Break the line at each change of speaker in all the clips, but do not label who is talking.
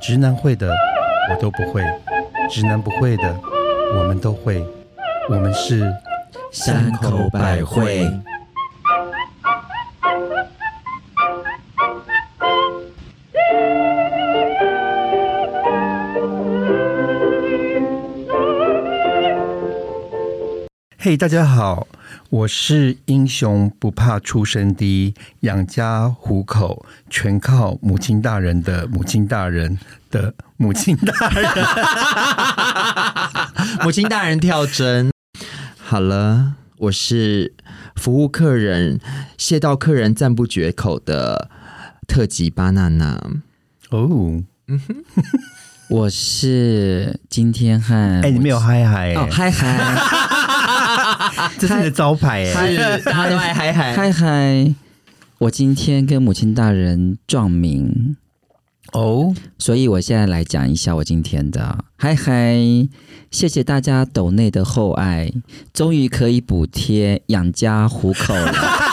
直男会的我都不会，直男不会的我们都会，我们是
山口百惠。
嘿大家好，我是英雄不怕出身低，养家糊口全靠母亲大人的母亲大人的母亲大人。
母亲大人跳针。好了，我是服务客人、谢到客人赞不绝口的特级巴娜娜。
哦，
我是今天和
哎，你没有嗨嗨、欸，
哦，
哎
嗨 嗨
这是你的招牌哎、
嗨
是大家都爱嗨嗨，
嗨嗨！我今天跟母亲大人撞名，
哦，
所以我现在来讲一下我今天的嗨嗨。谢谢大家抖内的厚爱，终于可以补贴养家糊口 了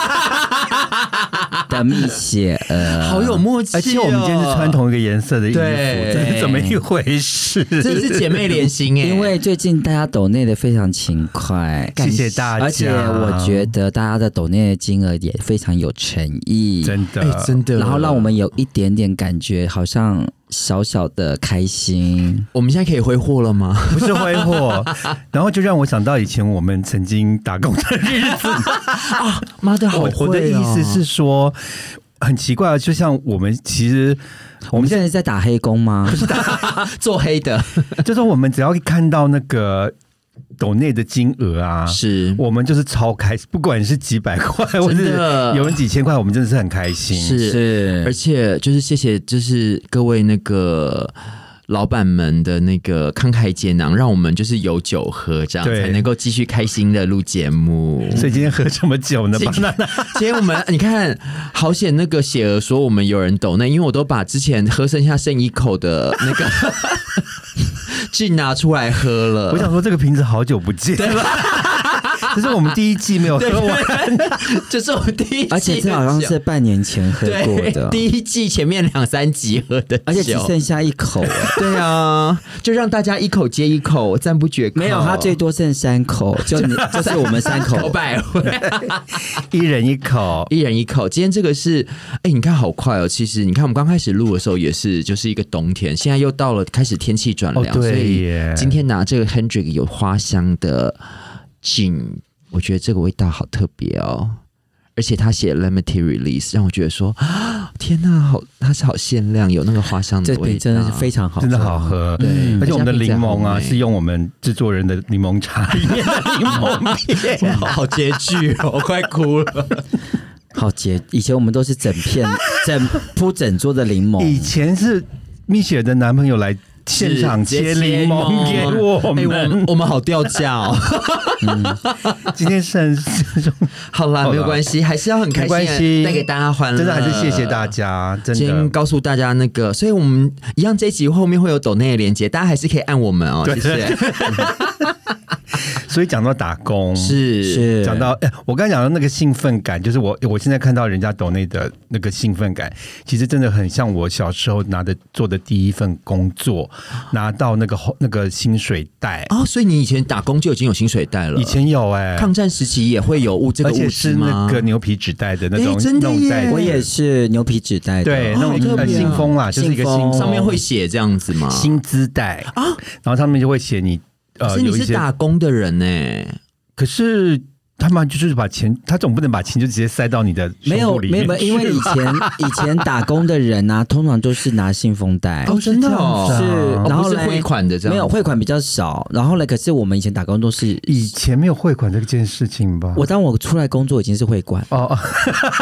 的蜜雪儿，
好有默契、哦。
而且我们今天是哦穿，同一个颜色的衣服，
对
这是怎么一回事？
这是姐妹连心哎，
因为最近大家抖内的非常勤快，
谢谢大家，
而且我觉得大家的抖内的金额也非常有诚意，
真的、
哎真的，
然后让我们有一点点感觉，好像小小的开心。
我们现在可以挥霍了吗？
不是挥 霍，然后就让我想到以前我们曾经打工的日子。
妈的好
我我的
会
意
哦
思是说，很奇怪，啊就像我们其实
我们现在是在打黑工吗？
做黑的，
就是我们只要一看到那个抖内的金额啊，
是
我们就是超开心，不管是几百块，或是有人几千块，我们真的是很开心。
是而
是，
且就是谢谢，就是各位那个老板们的那个慷慨解囊，让我们就是有酒喝，这样
对
才能够继续开心的录节目。
所以今天喝这么久呢，
今
巴娜娜
今天我们你看，好险那个雪儿说我们有人抖那，因为我都把之前喝剩下剩一口的那 个劲拿出来喝
我
了。
想说这个瓶子好久不见了， 这是我们第一季没有喝完。
这是我们第一季的酒，
而且这好像是半年前喝过
对
的，
第一季前面两三集喝的酒，
而且只剩下一口。
对啊，就让大家一口接一口，赞不绝口。
没有，它最多剩三口，就你 就是我 们三
口
口。
百惠，
一人一口，
一人一口。今天这个是，哎、你看好快哦。其实你看我们刚开始录的时候也是，就是一个冬天，现在又到了开始天气转凉，
哦对
所以
耶
今天拿这个 Hendrick 有花香的劲，我觉得这个味道好特别哦。而且他写 limited release，让我觉得说，啊天呐，好，它是好限量，有那个花香
这
的味
瓶
道，
真的是非常好，
真的好。喝。
对
而且我们的柠檬
而且它
啊，
比较
是用我们制作人的柠檬茶里面的柠檬片。
好好拮据哦，我快哭了。
好姐，以前我们都是整片整铺整桌的 柠
以
檬，
前是蜜雪的男朋友来现场切柠檬给我
哎我
们
们，我们好掉价哦。
今天剩这种，
好
好
啦，
啦
没有关系，还是要很开
没关
心
系，
地带给大家欢乐。
真的还是谢谢大。家，真
先
的。
告诉大家那个，所以我们一样这一集后面会有抖内的连接，大家还是可以按我们哦，
对
谢谢。
所以讲到打工，
是
是
讲到哎、我刚才讲到那个兴奋感，就是我我现在看到人家抖内的那个兴奋感，其实真的很像我小时候拿的做的第一份工作，拿到那个红那个薪水袋，
哦，所以你以前打工就已经有薪水袋了，
以前有哎、
抗战时期也会有物这个
而
物
且
资
是那
吗？哦
个牛皮纸袋的那种
哎真的
那种
耶
袋子，
我也是牛皮纸袋的。
对，
哦
那
好
种
特
呃
别啊
信封啦，就是一个
信
信
封
封，
上面会写这样子吗？
薪资袋啊，然后上面就会写你
可
呃
是你
有一
是
些，
打工的人呢、
可是他们就是把钱，他总不能把钱就直接塞到你的胸
没有
部里
没
面
有，
去
因为以前以前打工的人啊，通常都是拿信封袋，
哦，真的哦，
是这样
是
子啊
哦
然后
不是
嘞
汇 款的这样，
没有汇款比较少。然后嘞，可是我们以前打工都是，
以前没有汇款这件事情吧？
我当我出来工作已经是汇款，
哦，哦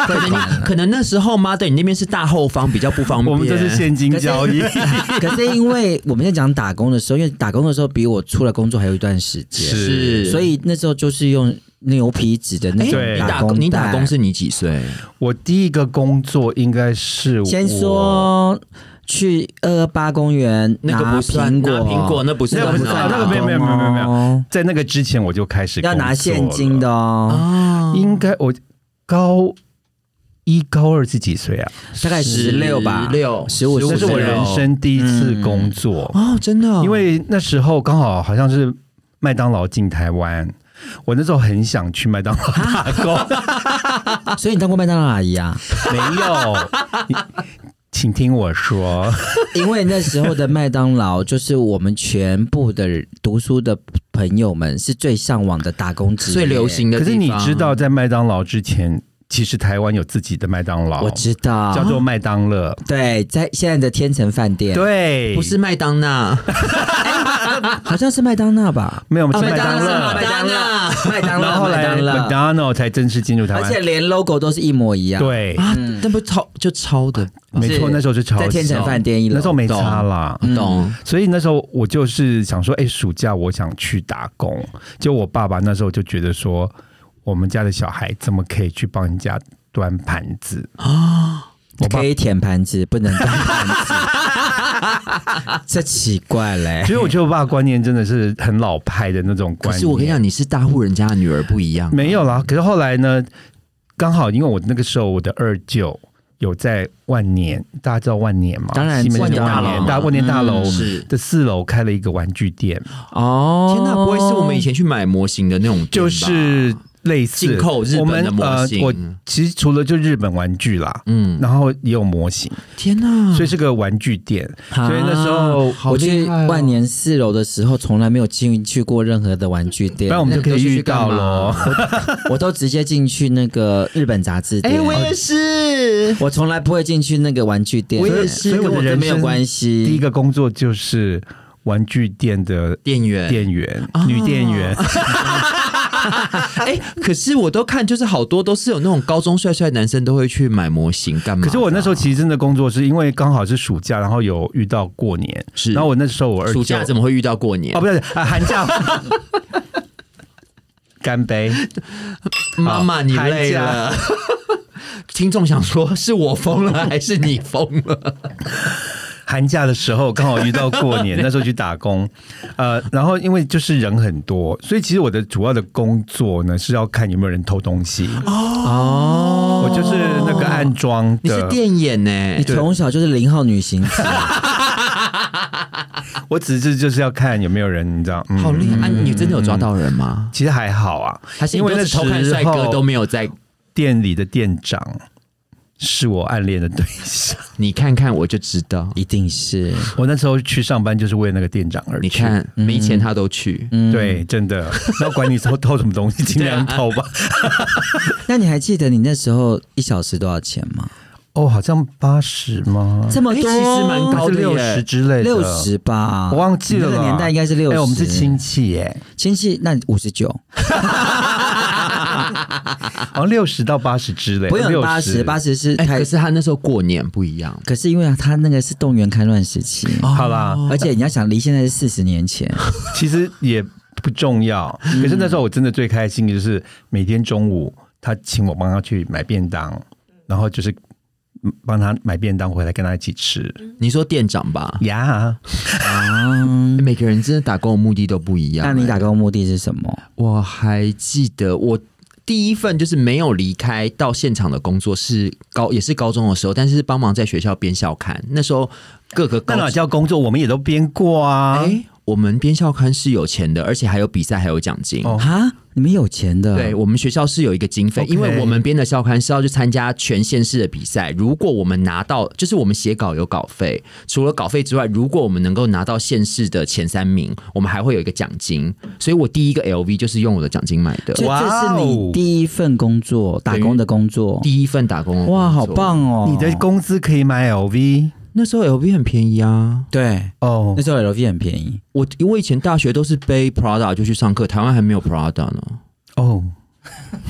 可能你可能那时候妈的，你那边是大后方比较不方 便，
我们都是现金交易，
可是因为我们在讲打工的时候，因为打工的时候比我出来工作还有一段时间，
是，
所以那时候就是用牛皮纸的那
哎
种
对
你打
工
工，
袋
你打工是你几岁？
我第一个工作应该是我
先说去二二八公园
那个
拿
不算，
苹
拿
果，
苹果那不算，
那不算哦
啊
那个没有没有没有没有没有
哦
有，
在那个之前我就开始
要拿
工作
现金
哦
了，
的
啊，
哦。
应该我高一高二是几岁啊？
大概十六吧，
16
十五，
那是我人生第一次
嗯
工作，
哦，真的哦、
因为那时候刚好好像是麦当劳进台湾。我那时候很想去麦当劳
啊
打 工，
所以你当过麦当劳阿姨啊？
没有，你请听我说，
因为那时候的麦当劳就是我们全部的读书的朋友们是最向往的打工职业，
最流。行的
可
地
是
方。
你知道，在麦当劳之前，其实台湾有自己的麦当劳，
我知道，
叫做麦当乐，
对，在现在的天成饭店，，
对，
不是麦当娜，
好像是麦当娜吧？
没有，我们
啊
是哦麦
麦
当
当
乐
麦
娜，
当娜
麦当
然
娜，
后后
麦
来
当娜，
McDonald 才正式进入台
而且
湾，
连 logo 都是一模一样。，
对，嗯
啊，那不抄就抄的，
没错，
是
那时候就超
在天成
熟
饭店一楼，
那时候没差啦。
嗯
懂？
所以那时候我就是想说，哎、暑假我想去打工。就我爸爸那时候就觉得说，我们家的小孩怎么可以去帮人家端盘 子？我爸
可以舔盘子，不能 当盘子，这奇怪嘞
其。实我觉得我爸的观念真的是很老派的那种观
可
念。
是我跟你讲，你是大户人家的女儿不一样，
没有啦。可是后来呢，刚好因为我那个时候我的二舅有在万年，大家知道万年嘛？
当然
西门
万
町
年
万
大楼
年
嘛
大万年大楼
嗯
是。
的四楼开了一个玩具店，
哦，
天哪，不会是我们以前去买模型的那种店吧，
就是类似
进口日
我
本
们
的模型。
呃，我其实除了就日本玩具啦，
嗯，
然后也有模型，
天哪！
所以是个玩具店。所以那时候，
啊好
我
厉
去
害哦
万年四楼的时候，从来没有进去过任何的玩具
不
店
然，我们就可以遇到
那
喽
你。
我都直接进去那个日本杂志
哎、
店。
我也是，
我从来不会进去那个玩具店，
我
是
也
所以
所以
跟
我
我
的
这没有
人生
关
第一
系。
个工作就是玩具店的
店员。
店员
哦，
女店 员。
哎、可是我都看，就是好多都是有那种高中帅帅男生都会去买模型干嘛的啊？
可是我那时候其实真的工作是因为刚好是暑假，然后有遇到过年，
是
然后我那时候我二
暑
舅
假怎么会遇到过年？
哦，不是啊，寒 假。干杯！
妈妈，你
寒
累
假
了。啊 听众想说，是我疯了还是你疯 了？
寒假的时候刚好遇到过 年，那时候去打工，呃，然后因为就是人很多，所以其实我的主要的工作呢是要看有没有人偷东西。哦，我就是那个暗装
你是
的，
电眼呢、
你从小就是零号女行者，
我只是就是要看有没有人，你知道？嗯、
好厉害、啊！你真的有抓到人吗？
其实还好啊，
还是
因
因
为
为
那时
偷
候
看帅哥都没有在？
店里的店长是我暗恋的对 象，
你看看我就知道。
一定是。
我那时候去上班就是为那个店长而去。
你看，没钱他都去。
嗯，
对，真的，那管你偷 偷什么东西，尽
啊
量偷吧。
那你还记得你那时候一小时多少钱吗？
哦，好像八十吗？
这么
哎
多，
其实蛮高的耶
六十之类的，
六十吧，
我忘记了
你
啦。
那个年代应该是六
哎、
十、
我们是亲戚耶，
亲戚，那五十九，
好像六十到八十之类，
不用
60
八十，八。十是
哎、
太。
可是他那时候过年不一样，
可是因为他那个是动员戡乱时期，
好啦，
而且你要想，离现在是四十年 前，
其实也不重要。可是那时候我真的最开心的就是每天中午，他请我帮他去买便当，然后就是嗯帮他买便当回来跟他一起吃
你说店长吧，
呀。
哎每个人真的打工的目的都不一样、
那你打
哎，
工的目的是什么？
我还记得我。第一份就是没有离开到现场的工作是高也是高中的时候，但是是帮忙在学校编校刊。那时候各个
那
高
哪叫工作？我们也都编过啊。
哎、我们编校刊是有钱的，而且还有比赛，还有奖金。
哦
哈，你们有钱的，
对，我们学校是有一个经费
OK
因为我们编的校刊是要去参加全县市的比赛。如果我们拿到，就是我们写稿有稿费，除了稿费之外，如果我们能够拿到县市的前三名，我们还会有一个奖金。所以我第一个 LV 就是用我的奖金买的，
所以
哇
这是
哦
你第一份工作，打工的工作，
第一份打工。
哇，好！棒哦！
你的工资可以买 LV
那时候 LV 很便宜啊，
对，
哦
那。时候 LV 很 便宜，
我因为以前大学都是背 Prada 就去上课，台湾还没有 Prada 呢。
哦，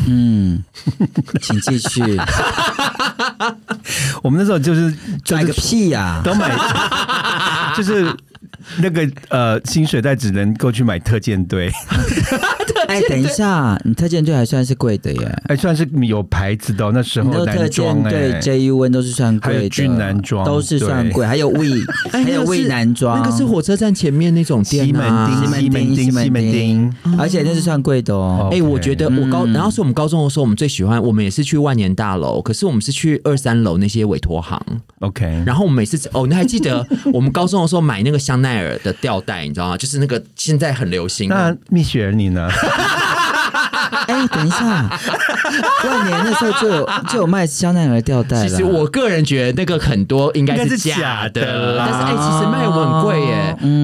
嗯，请继续，
我们那时候就是就
拽
是
个屁啊呀！
都 买，就是那个呃，薪水袋只能够去买特件堆，
特
哎，等一下，你特荐队还算是贵的耶，
哎，算是有牌子的哦、那时
你
候
的特
男
荐
装
队
哎、
JUN 都是算贵的，
还有俊男装
都是算
对
贵，还有 We，
哎
还有
那个
We
是
男装，
那个是火车站前面那种
西
店
门
啊。
町、
西
西门
门町
町、西门
西门
町，
而且那是算贵的
哦。
哦
哎、我觉得我高，
嗯
然后是我们高中的时候，我们最喜欢，我们也是去万年大楼，可是我们是去二三楼那些委托行。
OK，
然后我们每次哦，你还记得我们高中的时候买那个香奈儿的吊带，你知道吗？就是那个现在很流行。
那蜜雪儿你呢？
啊
哎，等一下，万年那时候就有就有卖香奈儿吊带
其
了。
实我个人觉得那个很多应该
应该是
假
假的啦
但是哎、其实卖我们很贵耶。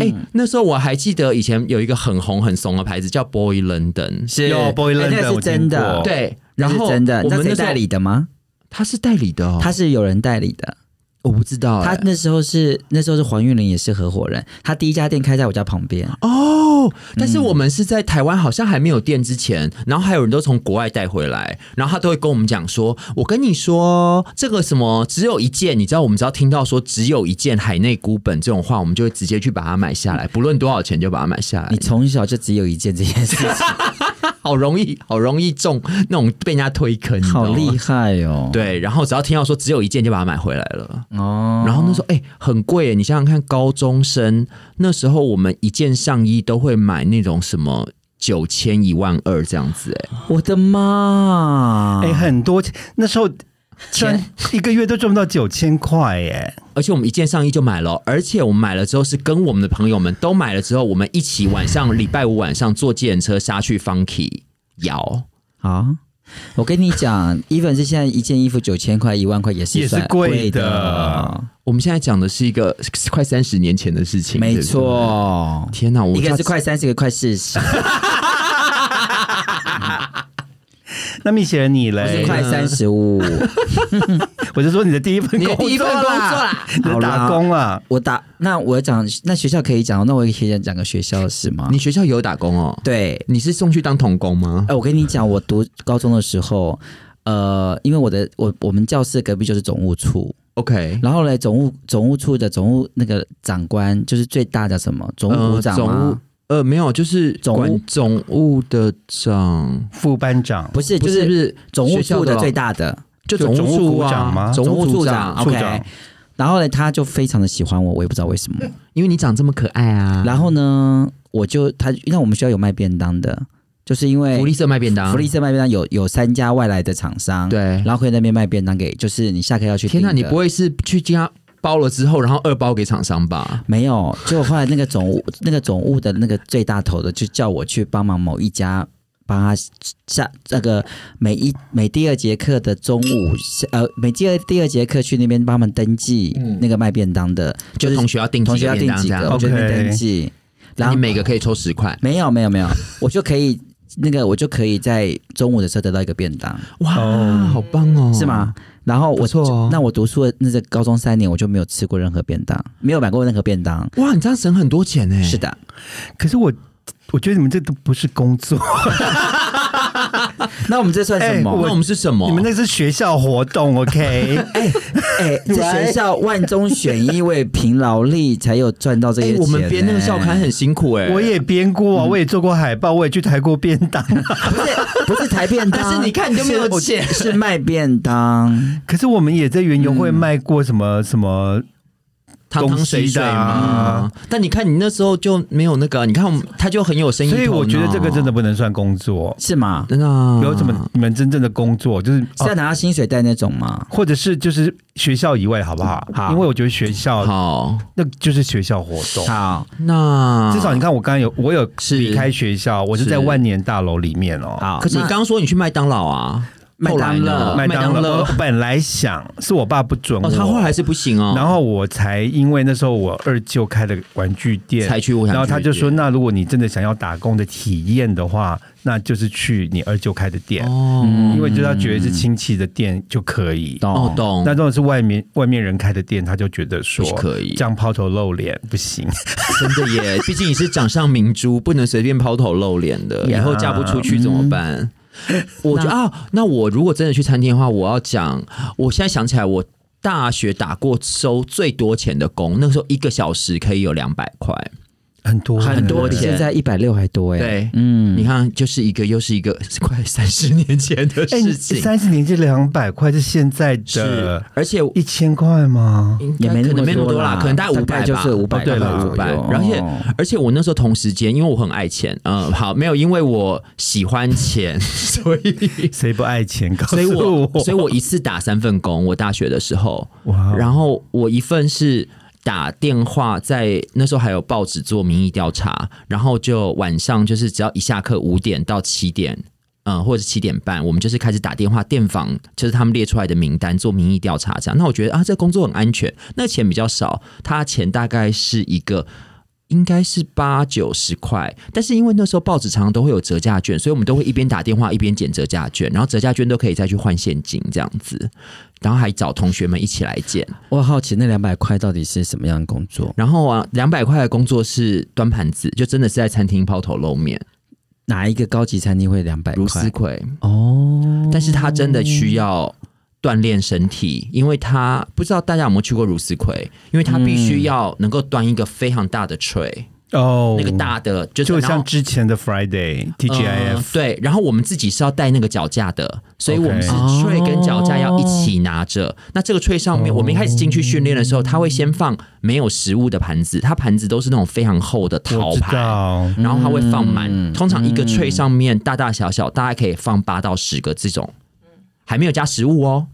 哎、
嗯
那时候我还记得以前有一个很红很怂的牌子叫 Boy London，
是
有 Boy
哎那
London，
是
我听
真的，
过哦，
对，
那
然
是
后
真的。
我们
那
那
谁
时候
代理的吗？
他是代理的、哦，
他是有人代理的。
我不知道、
他
哎
那时候是那时候是黄韵玲也是合伙人，他第一家店开在我家旁边。
哦，但是我们是在台湾好像还没有店之前，然后还有人都从国外带回来，然后他都会跟我们讲说，我跟你说这个什么只有一件，你知道我们只要听到说只有一件海内孤本这种话，我们就会直接去把它买下来，不论多少钱就把它买下来
你，从小就只有一件这件事情，
好容易好容易中那种被人家推坑，你知道吗
好厉害哦！
对，然后只要听到说只有一件就把它买回来了。
哦，
然后那时候哎、很贵耶，你想想看，高中生那时候我们一件上衣都会买那种什么九千一万二这样子哎，
我的妈！
哎、很多那时候赚一个月都赚不到九千块耶，
而且我们一件上衣就买了哦，而且我们买了之后是跟我们的朋友们都买了之后，我们一起晚上礼拜五晚上坐计程车杀去 Funky 摇，
好，我跟你讲，even 是现在一件衣服九千块、一万块也是
也是
算
贵
贵
的，
我们现在讲的是一个快三十年前的事情，
没
对不对。
错。
天哪，我
一个
下次
是快三十，一个快四十，
那蜜雪儿你
我是
嘞？
快三十五。
我就说你的第一份
你
工
的第一份工作啦，
你的
好啦
打工啊，
我打那我讲那学校可以讲，那我也可以讲讲个学校的事吗？
你学校有打工哦？
对，
你是送去当童工吗
哎、？我跟你讲，我读高中的时候，呃，因为我的我我们教室隔壁就是总务处，
OK，
然后嘞，总务总务处的总务那个长官就是最大的什么总务股长
呃、总务
吗？
呃没有，就是
总务
管总务的长，
副班长
不是，就
不是不
是
是
总务处的最
大，
大的。
就
就
总
总务
务处
股
啊
长吗
哦总务
总务
处
处
长
长
处
OK
长。
然后嘞，他就非常的喜欢我，我也不知道为什么。
因为你长这么可爱啊，
然后呢，我就他，因为我们学校有卖便当的，就是因为
福利社卖便当，
福利社卖便当有有三家外来的厂商，，
对，
然后可以在那边卖便当给，就是你下课要去
天哪，
哪，
你不会是去家包了之后，然后二包给厂商吧？
没有，结果后来那个总务 那个总务的那个最大头的就叫我去帮忙某一家。帮他下那个每一每第二节课的中午，呃，每第二第二节课去那边帮他们登记、
嗯
那个卖便当的，就
就是同学要订
同
几
学
个
要
便
订
当
几
这
个，
样，
我就那边
OK
登记，然
然
后
后你每个可以抽十块，
没有没有没有，我就可以那个我就可以在中午的时候得到一个便当，
哇，
哦
好棒哦，
是吗？？然后
不
我
错哦
那我读书的那个高中三年，我就没有吃过任何便当，没有买过任何便当。
哇，你这样省很多钱欸呢。
是，的，
可是我。我觉得你们这都不是工作，
那我们这算什么？
哎
那我们是什么？
你们那是学校活动，OK？
哎，这学校万中选一，为凭劳力才有赚到这些
哎
钱、，
我们编那个校刊很辛苦哎，
我也编过啊，我也做过海报，我也去抬过便当啊。
不是不是台便当，
但是你看你就没有钱
是是卖便当。
可是我们也在园游会卖过什么什么，
汤汤水
啊
水嘛
东。
但你看你那时候就没有那个，你看我们他就很有生意头
所
脑，
以我觉得这个真的不能算工作。
是吗？
真的啊
有什么？你们真正的工作就是，
是
哦
要拿到薪水袋那种吗？
或者是就是学校以外，好不好？
好
因为我觉得学校
好。
那就是学校活动。
好
那
至少你看，我刚刚有我有
是
离开学校，我是在
是
万年大楼里面哦。
好，
可是你
那
刚刚说你去麦当劳啊，
麦
后来呢
当乐
麦当劳，
麦当
我本来想是我爸不准我，
哦，他后来是不行哦，
然后我才因为那时候我二舅开了玩具店，
才去我想去
然后他就说，
店
那如果你真的想要打工的体验的话，那就是去你二舅开的店，
哦
因为就是他觉得是亲戚的店就可以。
懂
哦懂，
那如果是外面外面人开的店，他就觉得说
不可以
这样抛头露脸不行。
真的耶，毕竟你是掌上明珠，不能随便抛头露脸的，以
呀
后嫁不出去怎么办？
嗯
我觉得啊，那我如果真的去餐厅的话，我要讲，我现在想起来，我大学打过收最多钱的工，那个时候一个小时可以有两百块。
很多
很多
人
钱
现在一百六还多哎、
对
嗯，
你看，就是一个又是一个快三十年前的
哎，你
事情，
三十年这两百块是现在
是
的，
而且
一千块吗？
应该
也没
可
那
能
么
没那么
多
多啦，可能大概五百
就是五百、
对了
五百。而且而且我那时候同时间，因为我很爱钱， 嗯，好，没有因为我喜欢钱， 所以
谁不爱钱？告诉
所以我所以
以
我一次打三份工，我大学的时候，
哇，
然后我一份是打电话，在那时候还有报纸做民意调查，然后就晚上就是只要一下课五点到七点。嗯，或者七点半，我们就是开始打电话电访，就是他们列出来的名单做民意调查这样。那我觉得啊，这个工作很安全，那钱比较少，他钱大概是一个应该是八九十块，但是因为那时候报纸常常都会有折价券，所以我们都会一边打电话一边捡折价券，然后折价券都可以再去换现金这样子，然后还找同学们一起来捡。
我好奇那两百块到底是什么样的工作？
然后啊，两百块的工作是端盘子，就真的是在餐厅抛头露面，
哪一个高级餐厅会两百
如斯
块？
葵。
哦，
但是他真的需要锻炼身体，因为他不知道大家有没有去过如斯葵，因为他必须要能够端一个非常大的锤，
哦，
那个大的就是
就
然
像
后
之前的 Friday
呃
TGIF，
对，然后我们自己是要带那个脚架的，所以
OK 哦
我们是锤跟脚架要一起拿着。那这个锤上面，我们一开始进去训练的时候，他会先放没有食物的盘子，它盘子都是那种非常厚的
我
陶
知
盘。
道，
然后它会放满，
嗯
通常一个脆上面大大小小大概可以放八到十个这种，还没有加食物哦。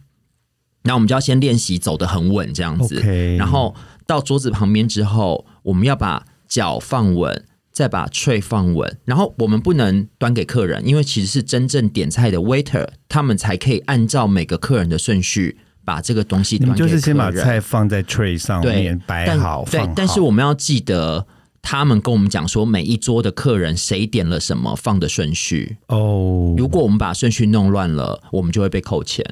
那我们就要先练习走得很稳这样子
OK
然后到桌子旁边之后，我们要把脚放稳。再把 tray 放稳，然后我们不能端给客人，因为其实是真正点菜的 waiter，他们才可以按照每个客人的顺序把这个东西
你
端
们
给客
就
人。
是先把菜放在 tray
哦
上
对
面摆
但
好，
对
放好，
但是我们要记得，他们跟我们讲说，每一桌的客人谁点了什么，放的顺序。
哦，
如果我们把顺序弄乱了，我们就会被扣钱。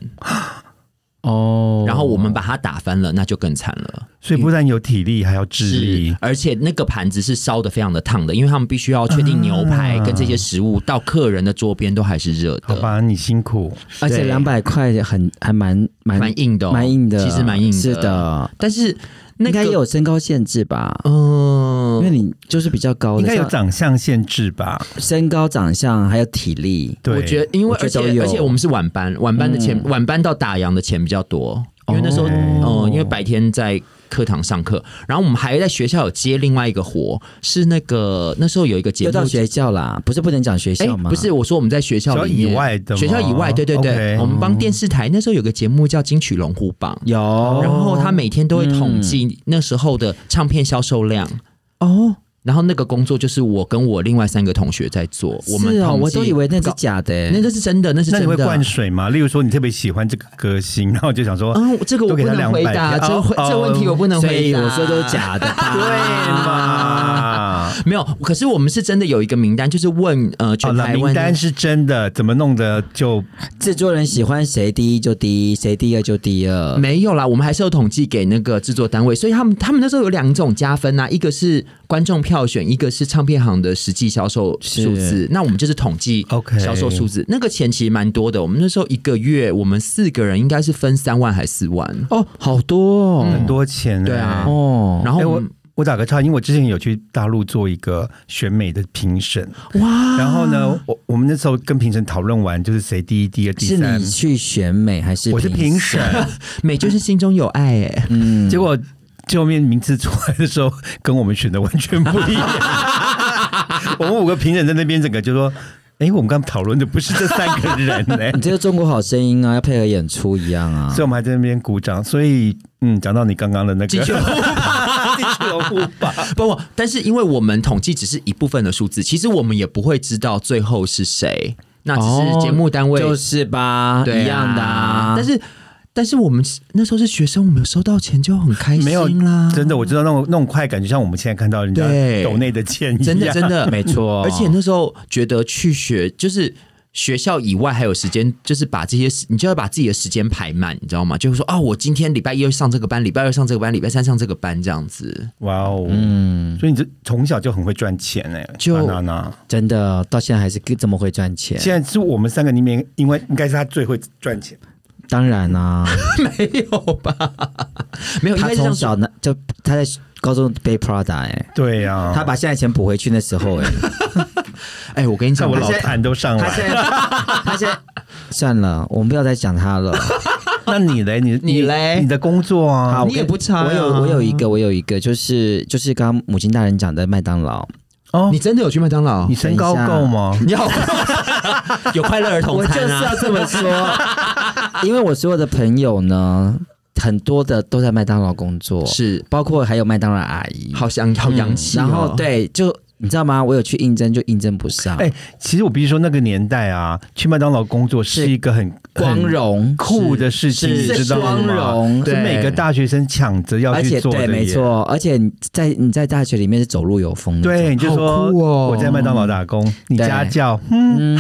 哦，
然后我们把它打翻了，那就更惨了。
所以不但有体力，还要智力
是，，而且那个盘子是烧的非常的烫的，因为他们必须要确定牛
啊
排跟这些食物到客人的桌边都还是热
好
的，
吧，你辛苦，
而且
对
两百块很还蛮蛮
蛮硬的哦、
蛮硬的，
其实蛮硬的。
是，的，
但是那
应该
个
也有身高限制吧？因
嗯
为你就是比较高的，
应该有
像
长相限制吧？
身高、长相还有体力。
对，
我觉得，因
我
为
觉
而
得
且
都有嗯
而且我们是晚班，晚班的钱，晚班到打烊的钱比较多，因为那时候，嗯、
哦
因为白天在课堂上课，然后我们还在学校有接另外一个活，是那个那时候有一个节
又
目
到学校啦，不是不能讲学
哎
校，吗？
不是，我说我们在学校里
学校
面
以外的吗
学校以外，对对对
OK
我们帮电视台那时候有个节目叫《金曲龙虎榜》。
有，
然后他每天都会统
嗯
计那时候的唱片销售量，
哦，
然后那个工作就是我跟我另外三个同学在做。我们
是哦，
统计
我都以为那是假的欸，
那那是真的，那是
那
真
你
的。
会灌水吗？例如说，你特别喜欢这个歌星，然后就想说，
嗯，这个我
都
不
给他
能回
200
答，
片
这个会
哦
这个问哦题我不能
所
回
以
答。
我说都是假的 吧，
对嘛？
没有，可是我们是真的有一个名单，就是问呃
哦，
全
那
台
名
湾
单是真的，怎么弄的就
制作人喜欢谁第一就第一，谁第二就第二。
没有啦，我们还是有统计给那个制作单位，所以他们他们那时候有两种加分啊，一个是观众票选，一个是唱片行的实际销售数字。那我们就是统计
OK
销售数字，那个钱其实蛮多的。我们那时候一个月，我们四个人应该是分三万还是四万，
哦，好多
很
哦，
多钱、欸。
对啊嗯
哦，
然后
哎
我
我
们、
我打个岔，因为我之前有去大陆做一个选美的评审，
哇，
然后呢，我我们那时候跟评审讨论完，就是谁第一、第二、第
是
三
你，去选美还是？
我是评，审，
美就是心中有爱哎、
嗯，
结果最后面名次出来的时候，跟我们选的完全不一样。我们五个评审在那边整个就说：“哎、我们刚讨论的不是这三个人呢、
你这个中国好声音啊，要配合演出一样啊
所以。我们还在那边鼓掌。所以，嗯，讲到你刚刚的那个
进 去
互吧，
不不，但是因为我们统计只是一部分的数字，其实我们也不会知道最后是谁。那啊只哦是节目单位、
哦就是吧，
对啊
一样的啊。
但是但是我们那时候是学生，我们有收到钱就很开
没有
心啦，
真的，我知道那种那种快感，就像我们现在看到人家
对
抖内的啊钱一样，
真的真的
没错
而且那时候觉得去学就是。学校以外还有时间，就是把这些时，你就要把自己的时间排满，你知道吗？就是说，哦，我今天礼拜一要上这个班，礼拜二上这个班，礼拜三上这个班，这样子。
哇哦，嗯，所以你这从小就很会赚钱哎、
就
娜娜，
真的到现在还是这么会赚钱，
现在是我们三个里面，因为应该是他最会赚钱。
当然啦、
没有吧？没有， 应
啊他
该是这样
从
说
小呢，就他在高中背 Prada 哎、
对啊呀、
他把现在钱补回去那时候哎、
哎、我跟你
看
讲，
我
我
老痰都上
他
来。
现在他现在算了，我们不要再讲他了。
那你嘞？你
你嘞
你的工作啊
好，？
你也不差、啊，
我有我有一，个，我有一个，就是就是刚刚母亲大人讲的麦当劳，
哦
你，真的有去麦当劳
你？身高够吗？
你 好，有快乐儿童
我就是
餐啊
要！这么说， 因为我所有的朋友呢，很多的都在麦当劳工作，
是，
包括还有麦当劳阿姨。
好想好洋气、哦
嗯然后，对，就你知道吗？我有去应征，就应征不上。
哎、其实我必须说，那个年代啊，去麦当劳工作是一个很
光
很
荣
酷的事情，你
是
知道
光
吗？
荣，
是
对
每个大学生抢着要
而
去
且
做的
对，
耶，
没错，而且你在你在大学里面是走路有风的。
对，你就说
好酷哦
我在麦当劳打工，你
对
家教，嗯，
嗯，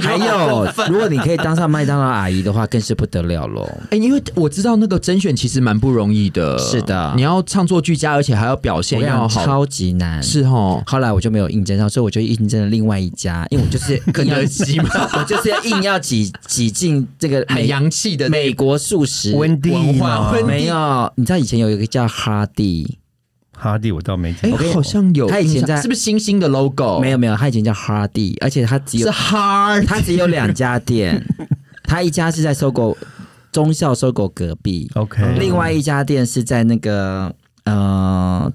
还有，如果你可以当上麦当劳阿姨的话，更是不得了喽。
哎、因为我知道那个甄选其实蛮不容易的，
是的
你要唱作俱佳，而且还要表
我
现
跟你
要
讲
好，
超级难。
是哦，
后来我就没有应征上，所以我就应征了另外一家，因为我 就是
肯德基嘛，
我就是要 硬要挤挤进这个
很
美
洋气的那
美
个
国素食
温蒂
文
嘛
化温蒂
没有，你知道以前有一个叫哈蒂，
哈蒂我倒没
哎、
听过，
跟你
好像有印象，
他以前在
是不是星星的 logo？
没有没有，他以前叫哈蒂，而且他只
哦是
有
hard，
他只有两家 店，他一家是在搜狗中校搜狗隔壁，
哦
OK，
哎另外一家店是在那个呃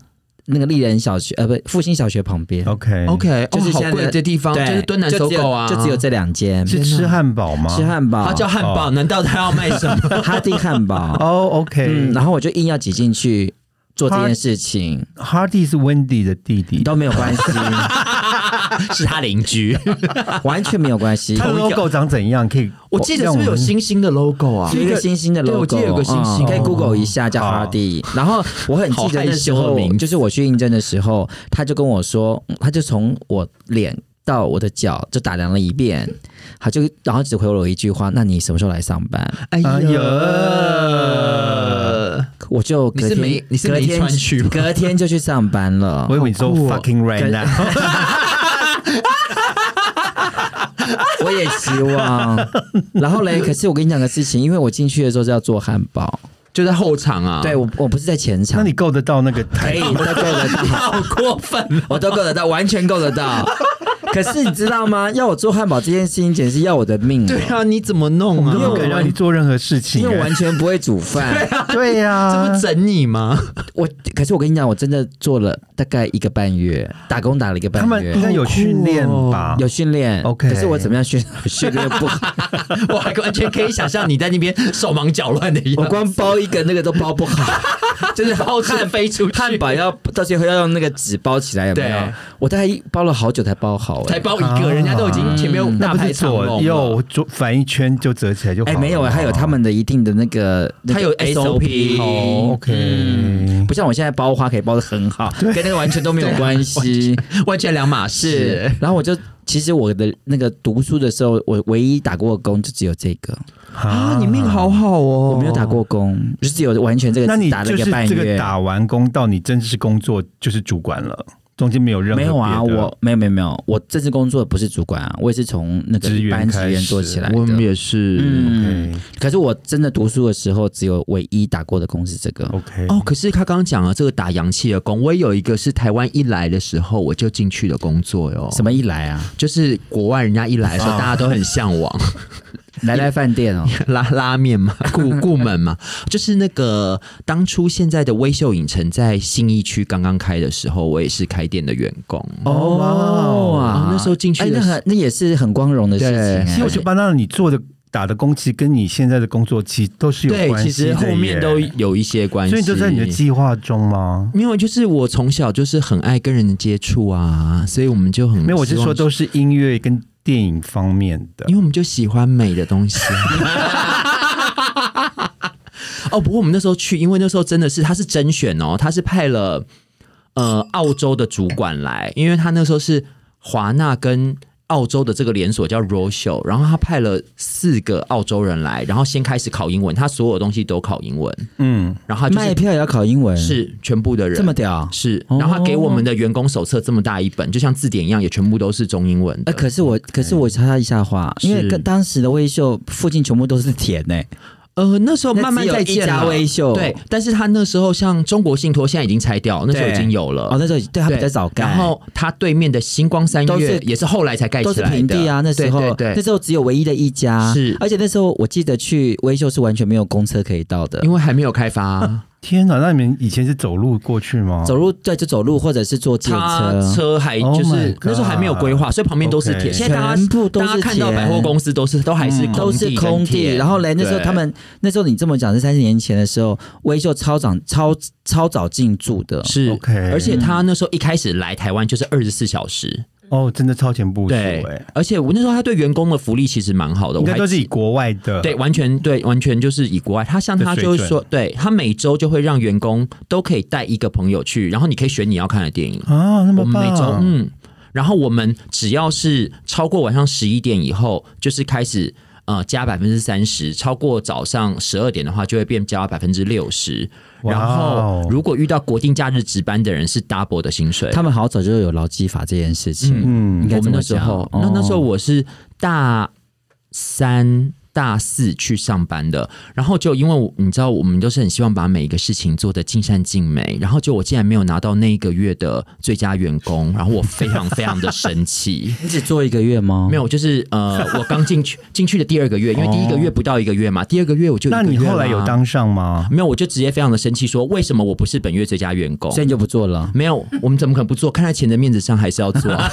那个丽人小学呃不复兴小学旁边，
OK
OK，
就是
哦，好
现在
贵的地方，
对，
就是敦南
就
搜
只有
狗啊，
就只有这哦两间
是吃汉堡吗？
吃汉堡，
它叫汉堡，难道它要卖什么？
哈蒂 汉堡，
哦，OK，
嗯，然后我就硬要挤进去做这件事情，
哈蒂是温蒂的弟弟，
都没 有关系，
是他邻居。
完全没有关系
他。的
同一个
logo 长怎样？可以，
我记得
让
是不是有
们
星星的 logo 啊？
哦有一个星星的
对
logo，
我记得有个星星
嗯可以
哦
Google 一下叫
好
哈蒂。然后我很记得
好害
那时
羞的
候
名，字
就是我去应征的时候，他就跟我说，嗯他就从我脸到我的脚就打量了一遍，他就然后只回我一句话：“那你什么时候来上班
哎
哎呦
呦，？”
我就
你
隔
是
天
没你是
隔
没
天
穿去吗？
隔天就去上班了
我。以为你说
好酷哦
fucking 啊 right
跟
now，
我也希 望。然后嘞，可是我跟你讲个事情，因为我进去的时候是要做汉堡，
就在后场啊。
对，我我不是在 前
那
场，哎
你够得到那个
可
台
以都够得到，
好过分。啊
我都够得到，完全够 得到。可是你知道吗？要我做汉堡这件事情，简直是要我的 命了哦
对啊，你怎么弄
没有
啊？
敢让你做任何事情
因为
欸，
我完全不会煮饭，
对啊
啊
这
呀
不，整你吗？
我可是我跟你讲，我真的做了大概一个半月，打工打了一个
他
半
们应
月，
该有训练
好酷哦
吧？
有训练
OK
可是我怎么样训训练 不好，
我还完全可以想象你在那边手忙脚乱的样
我
子，
光包一个那个都包不好，
就是后汉飞出去，
汉堡要到最后要用那个纸包起来，有没有
对？
我大概一包了好久才包好、欸，
才包一
啊
个，人家都已经前面
啊
有
那
大
不
排
是
长
左
龙
右
了。
左反一圈就折起来就好
哎、
了吗？啊
没有、还有他们的一定的那个，那
它
个
有
SOP，、
SOP
哦
嗯，
，OK，
不像我现在包花可以包的很好，跟那个完全都没有关系。
完全两码事
是，，然后我就其实我的那个读书的时候，我唯一打过的工就只有这个，
啊
好好哦
我没有打过工，就只有完全这个
那你
打了
就
一个
是
半
这个
月。
打完工到你正式工作就是主管了，中间没有任何
没有啊，
别的
我没有没有没有，我这次工作不是主管啊，我也是从那个
职员
班职
开
员
始
做起来的。
我们也是。
嗯，
嗯
可是我真的读书的时候，只有唯一打过的工是这个。
OK
哦，可是他刚刚讲了这个打洋气的工，我也有一个是台湾一来的时候我就进去的工作哟。
什？么一来 啊，
就是国外人家一来的时候，大家都很向往
来来饭店哦，
拉拉面 嘛，顾顾门嘛，就是那个当初现在的微秀影城在信义区刚刚开的时候，我也是开店的员工。
哦哇哦
哦那时候进去
哎，
的
那
时
很那也是很光荣的事情、
对
哎
其实我觉得巴纳你做的打的工，其实跟你现在的工作其实都是有
对，
关
其
系的
实
耶
后面都有一些关系，
所以你就在你的计划中吗？
没有，就是我从小就是很爱跟人接触啊，所以我们就很
没有，我是
嗯希望
说都是音乐跟电影方面的
因。为我们就喜欢美的东西。 哦，不过我们那时候去，因为那时候真的是他是甄选哦，他是派了呃澳洲的主管来，因为他那时候是华纳跟澳洲的这个连锁叫 Royal，然后他派了四个澳洲人来，然后先开始考英文，他所有东西都考英文，
嗯，
然后他
卖
就是
票也要考英文，
是全部的人
这么哦屌？
是，然后他给我们的员工手册这么大一本，就像字典一样，也全部都是中英文
呃，
的。
可是我，可是我插一下话，因为
是
跟当时的微秀附近全部都是田呢、
呃，那时候慢慢
那
在
只有一
建
家
了
微秀
对，但是他那时候像中国信托现在已经拆掉，那时候已
对
经有了。
哦，那时候对他
呃对
比较早盖，
然后他对面的星光三
都
月
是
也是后来才盖起
都
来
是
的，
平地啊。那时候
对对
那
对，
时候只有唯一的一家，
是
而且那时候我记得去微秀是完全没有公车可以到的，
因为还没有开 发，
天哪，那你们以前是走路过去吗？
哦走路对就走路或者是坐电
他
车，
车还
Oh
就是
my
那时候还没有规划，所以旁边都是
OK
铁。现在大家
哦全部都是
大家看到
铁
百货公司都是都还是
嗯
地
都是
跟
空地。
铁
然后嘞，那时候
对
他们那时候你这么讲是三十年前的时候，微秀超早超超早进驻的，
是
OK
而且他那时候一开始来台湾就是二十四小时，
哦，真的超前部署哎、
对，
欸
而且我那时候他对员工的福利其实蛮好的，
应
我
该
还
都是以国外的
对，完全对，完全就是以国外，他像
的
他
水
就是说
准，
对他每周就会让员工都可以带一个朋友去，然后你可以选你要看的电影，
啊，那么
我们
棒，
每周嗯，然后我们只要是超过晚上十一点以后，就是开始。呃，加百分之三十，超过早上十二点的话，就会变加百分之六十。然
哇哦
后，如果遇到国定假日值班的人，是 double 的薪水。
他们好早就有劳基法这件事情。
嗯
应该
我
这
们
么
那时
讲
候，那
哦
那时候我是大三。大四去上班的，然后就因为我你知道，我们都是很希望把每一个事情做得尽善尽美，然后就我竟然没有拿到那一个月的最佳员工，然后我非常非常的生气。
你只做一个月吗？
没有，就是呃，我刚进去进去的第二个月，因为第一个月不到一个月嘛，第二个月我就
那
一个
你
月
后来
啦
有当上吗？
没有？我就直接非常的生气，说为什么我不是本月最佳员工
所？以你就不做了。
没有，我们怎么可能不做？看在钱的面子上，还是要做啊。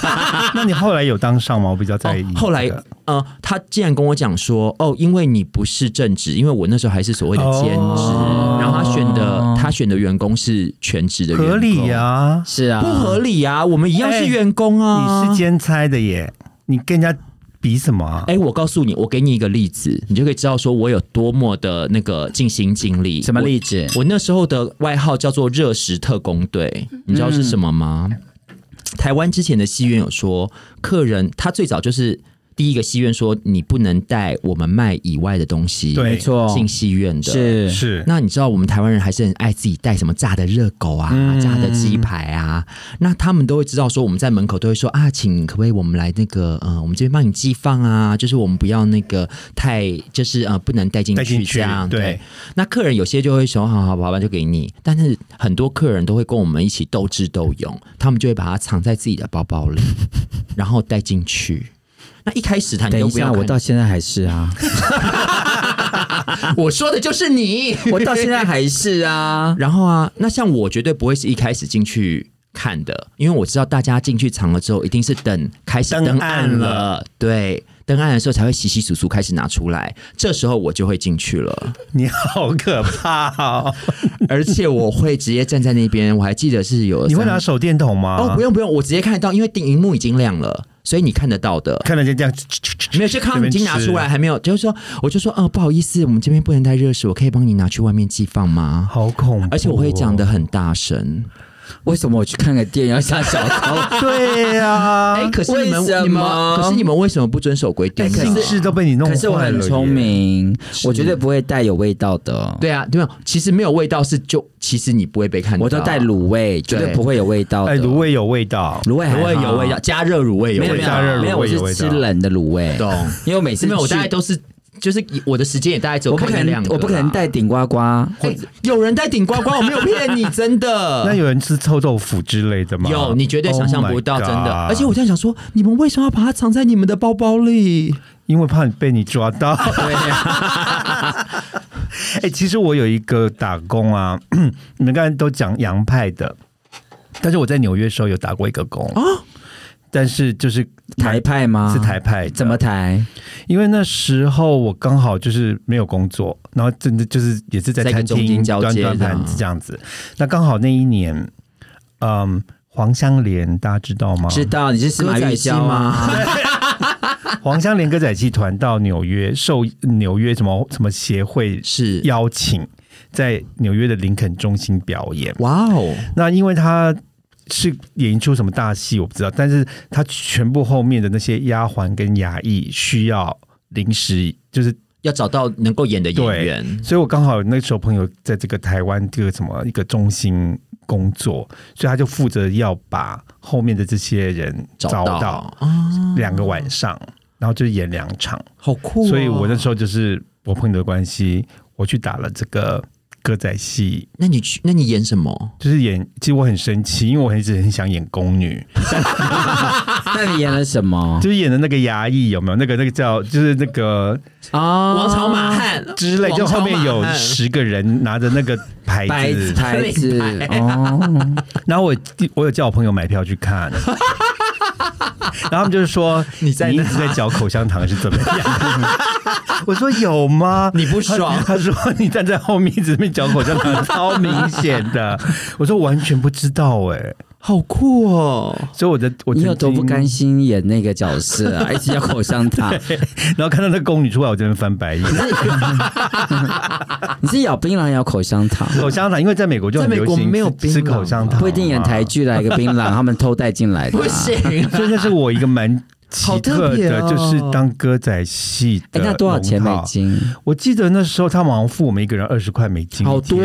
那你后来有当上吗？我比较在意这
哦
个、
后来，呃，他竟然跟我讲说，哦，因为你不是正职，因为我那时候还是所谓的兼职，
哦
然后他选的他选的员工是全职的员工，
合理呀、、
是啊，
不合理呀、我们一样
哎
是员工啊。
你是兼差的耶，你跟人家比什么、啊？
哎、我告诉你，我给你一个例子，你就可以知道说我有多么的那个尽心尽力。
什么例子？
我？我那时候的外号叫做“热食特工队”，
嗯
你知道是什么吗？台湾之前的戏院有说，客人他最早就是第一个戏院说，你不能带我们卖以外的东西，
对
没错，
进戏院的。。
是
是
那你知道我们台湾人还是很爱自己带什么炸的热狗啊、
嗯
炸的鸡排啊，那他们都会知道说我们在门口都会说啊，请可不可以我们来那个呃，我们这边帮你寄放啊，就是我们不要那个太就是呃不能带进
带进
去
去
这样
对
那客人有些就会说好好吧好吧就给你，但是很多客人都会跟我们一起斗智斗勇，他们就会把它藏在自己的包包 里，然后带进去。那一开始他你
等
都
一
不要
下，我
看
到现在还是啊，
我说的就是你，
我到现在还是啊。
然后啊，那像我绝对不会是一开始进去看的，因为我知道大家进去藏了之后，一定是等开始
登
登
岸
岸
了
了，对，登岸的时候才会洗洗簌簌开始拿出来，这时候我就会进去了，
你好可怕 哦！
而且我会直接站在那边，我还记得是有
你会
三
拿手电筒吗？
哦，不用不用，我直接看得到，因为电荧幕已经亮了，所以你看得到的。
看得见这样，
没有，就看到你已经拿
这
出
边
来，
吃
还没有，就是说，我就说，哦、不好意思，我们这边不能带热水，我可以帮你拿去外面寄放吗？
好恐怖、哦
而且我会讲的，很大声，
为什么我去看个电影要下小 偷？
对啊呀、
哎、可是你
为什
们
么
你们可是你们为什么不遵守规定
哎
呢？
可
心
是
智都被你弄坏
可
了。
是我很聪，明，我绝对不会带有味道的。
对啊，对吧？其实没有味道是就其实你不会被看到，
我都带卤味，绝对
对
不会有味道的。
哎，卤味有味道，
卤味还
卤味
好
有味道，，加热卤味有
没有
味
没
道，
加热
有没有，
卤
我
味有
是
味
吃
道
冷的卤味，
懂？
因为我每次
没有，我
去
大概都 是就是我的时间也大概只有
我不
看
可
那
能
两个，啦
我不可能带。顶呱呱，或
哎有人带顶呱呱，我没有骗你，真的。
那有人吃臭豆腐之类的吗？
有，你绝对想象不到
Oh my
真的。
God
而且我在想说，你们为什么要把它藏在你们的包包里？
因为怕你被你抓到。
对呀，
哎、其实我有一个打工啊， 你们刚才都讲洋派的，但是我在纽约的时候有打过一个工啊，但是就是
台派吗？
是台派的，
怎么台？
因为那时候我刚好就是没有工作，然后真的就是也是在
在一个
餐
中
厅
间交
端
接
端
这样
盘子这样子。那刚好那一年，嗯，黄香莲大家知道吗？
知道你是司马
哦歌仔
玉
戏
娇
吗
吗？
黄香莲歌仔戏团到纽约受纽约什么什么协会
是，
邀请，在纽约的林肯中心表演。
哇哦，
那因为他是演出什么大戏我不知道，但是他全部后面的那些丫鬟跟衙役需要临时就是
要找到能够演的演
对
员，
所以我刚好那时候朋友在这个台湾这个什么一个中心工作，所以他就负责要把后面的这些人
找
找
到哦
到两个晚上，然后就演两场。
好酷、哦
所以我那时候就是我朋友的关系，我去打了这个歌仔戏，
那你去，那你演什么？
就是演，其实我很生气，因为我一直很想演宫女，
那你演了什 么？
就是演的那个衙役有没有？那个那个叫就是那个
啊，
王朝马汉
之类，就后面有十个人拿着那个牌
白
子，
牌 子
白
哦，
然后我我有叫我朋友买票去看，然后他们就是说
你在
你一
哪
直在嚼口香糖是怎么样？我说有吗？
你不爽
他？他说你站在后面一直在那边嚼口香糖，超明显的。 我说完全不知道哎、
好酷哦！
所以我的我
你有
曾
多
经
不甘心演那个角色啊？一直要口香糖，
然后看到那宫女出来，我真的翻白眼。
你是咬槟榔咬口 香糖，
口香糖，因为在美国就很
在美
流
国
行
没有
吃吃
槟榔
口香糖，啊
不一定演台。剧来一个槟榔，他们偷带进来的、啊。
不行，
所以那是我一个蛮奇
好特
特
别
的，
哦
就是当歌仔戏的
哎，
龙套。
那多少钱美金？
我记得那时候他们好像付我们一个人二十块美金，
好多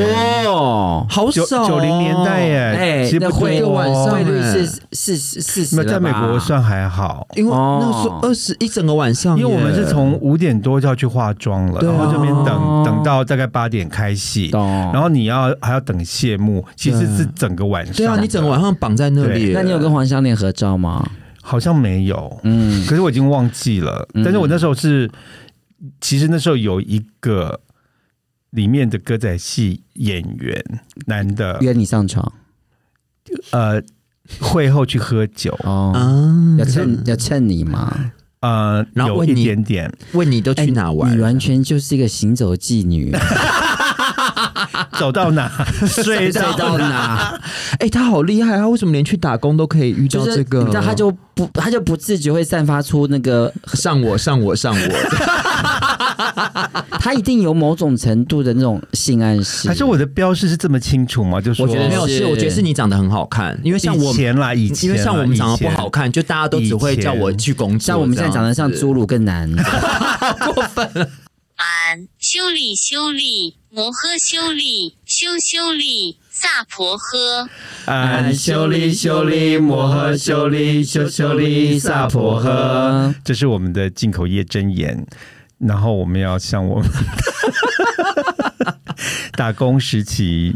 哦，
好
九
少哦
九零年代耶，
哎
其实不
那汇
多哦
晚上
汇率
哎
是四四四十
没
了
有
吧，
在美国算还好。
因为
哦
那时候二十一整个晚上
因
耶，
为我们是从五点多就要去化妆了，
哎对啊
然后这边等
哦
等到大概八点开戏，
懂。
然后你要还要等谢幕，其实是整个晚上。
对啊，你整个晚上绑在那里
对
耶，
那你有跟黄香莲合照吗？
好像没有，
嗯，
可是我已经忘记了。
嗯
但是我那时候是，其实那时候有一个里面的歌仔戏演员，男的，
约你上床
呃，会后去喝酒，嗯
哦，
啊？
要趁要趁你嘛，
呃，
然后
有
问
一
你
点 点，
问你都去哪玩？
你完全就是一个行走 妓女，
走到哪睡
睡
到
到哪？
哎、他好厉害，他为什么连去打工都可以遇到
就是
这个？
你知道，他就不，他就不自觉会散发出那个，
上我上我上我，
他一定有某种程度的那种性暗 示。
还是我的标示是这么清楚吗？就 说
我觉得
没有
是
是，我觉得是你长得很好看，因为像我
以，前啦，以前
因为像我们长得不
以
好
前
看，就大家都只会叫我去工作。
像我们现在长得像
这样子
侏儒更难，
俺修理修理摩诃修理修修理萨婆诃。
哎
嗯
修利修利摩诃修利修修利萨婆诃，
这是我们的进口业真言。然后我们要向我们 打工时期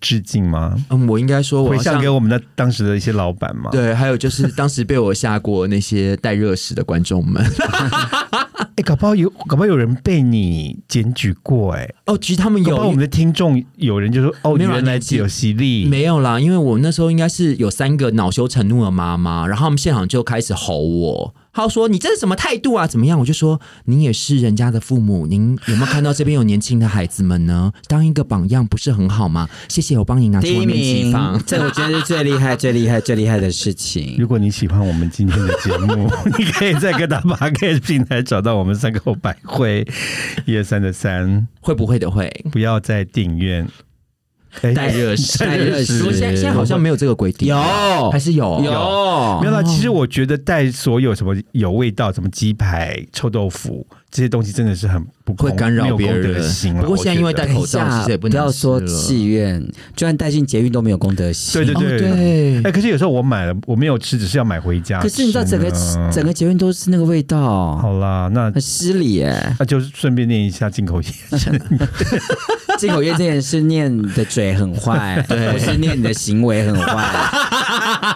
致敬吗？
嗯，我应该说我
回
要
向
向
给我们的当时的一些老板吗？
对，还有就是当时被我吓过那些带热食的观众们。
哎，搞不好有，搞不好有人被你检举过哎、
哦，其实他们
有
有
我们的听众有人就说：“哦，
没有啊
原来只有犀利。”
没有啦，因为我那时候应该是有三个恼羞成怒的妈妈，然后他们现场就开始吼我，他说：“你这是什么态度啊？怎么样？”我就说：“您也是人家的父母，您有没有看到这边有年轻的孩子们呢？当一个榜样不是很好吗？谢谢，我帮你拿去
第
外
一
面
名
齐 放。，
这我觉得是最厉害、最厉害、最厉害的事情。
如果你喜欢我们今天的节 目，你可以在各大 podcast 平台找到我们三个后百会，一二三的三，
会不会的会
不要再订阅。哎
带热食？
带热食
我现在现在好像没有这个规定，
有
还是有哦
有
没有啦，其实我觉得带所有什么有味道，什么鸡排、臭豆腐这些东西，真的是很不公
会干
没
扰
有
别
公德
人
心。啦
不过
我
现在
觉
因为
得
戴口罩，其实也不
不
能
要说
吃了
妓院，就算带进捷运都没有公德心。
对对对
哦对
哎，可是有时候我买了，我没有吃，只是要买回家吃
可
呢。
是你知道，整个整个捷运都是那个味道，
好啦， 那
很失礼耶。
那就顺便念一下进口业。
进口业这件事，念你的嘴很坏，不是念你的行为很坏，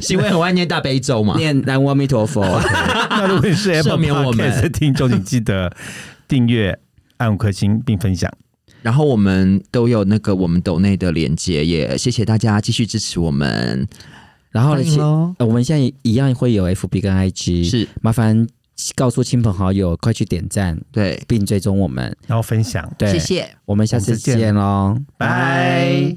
是因为很爱念大悲咒嘛。
念南无阿弥陀佛。
那如果你是 Apple
赦免我们
Podcast 的听众，请记得订阅、按五颗星并分享。
然后我们都有那个我们抖内的连接，也谢谢大家继续支持我们。
然后呢，
欢迎
其
咯
呃我们现在一样会有 FB 跟 IG，
是
麻烦告诉亲朋好友，快去点赞
对，
并追踪我们。
然后分享。
对，
谢谢。
我们下
我
次
们再见
见喽，
拜。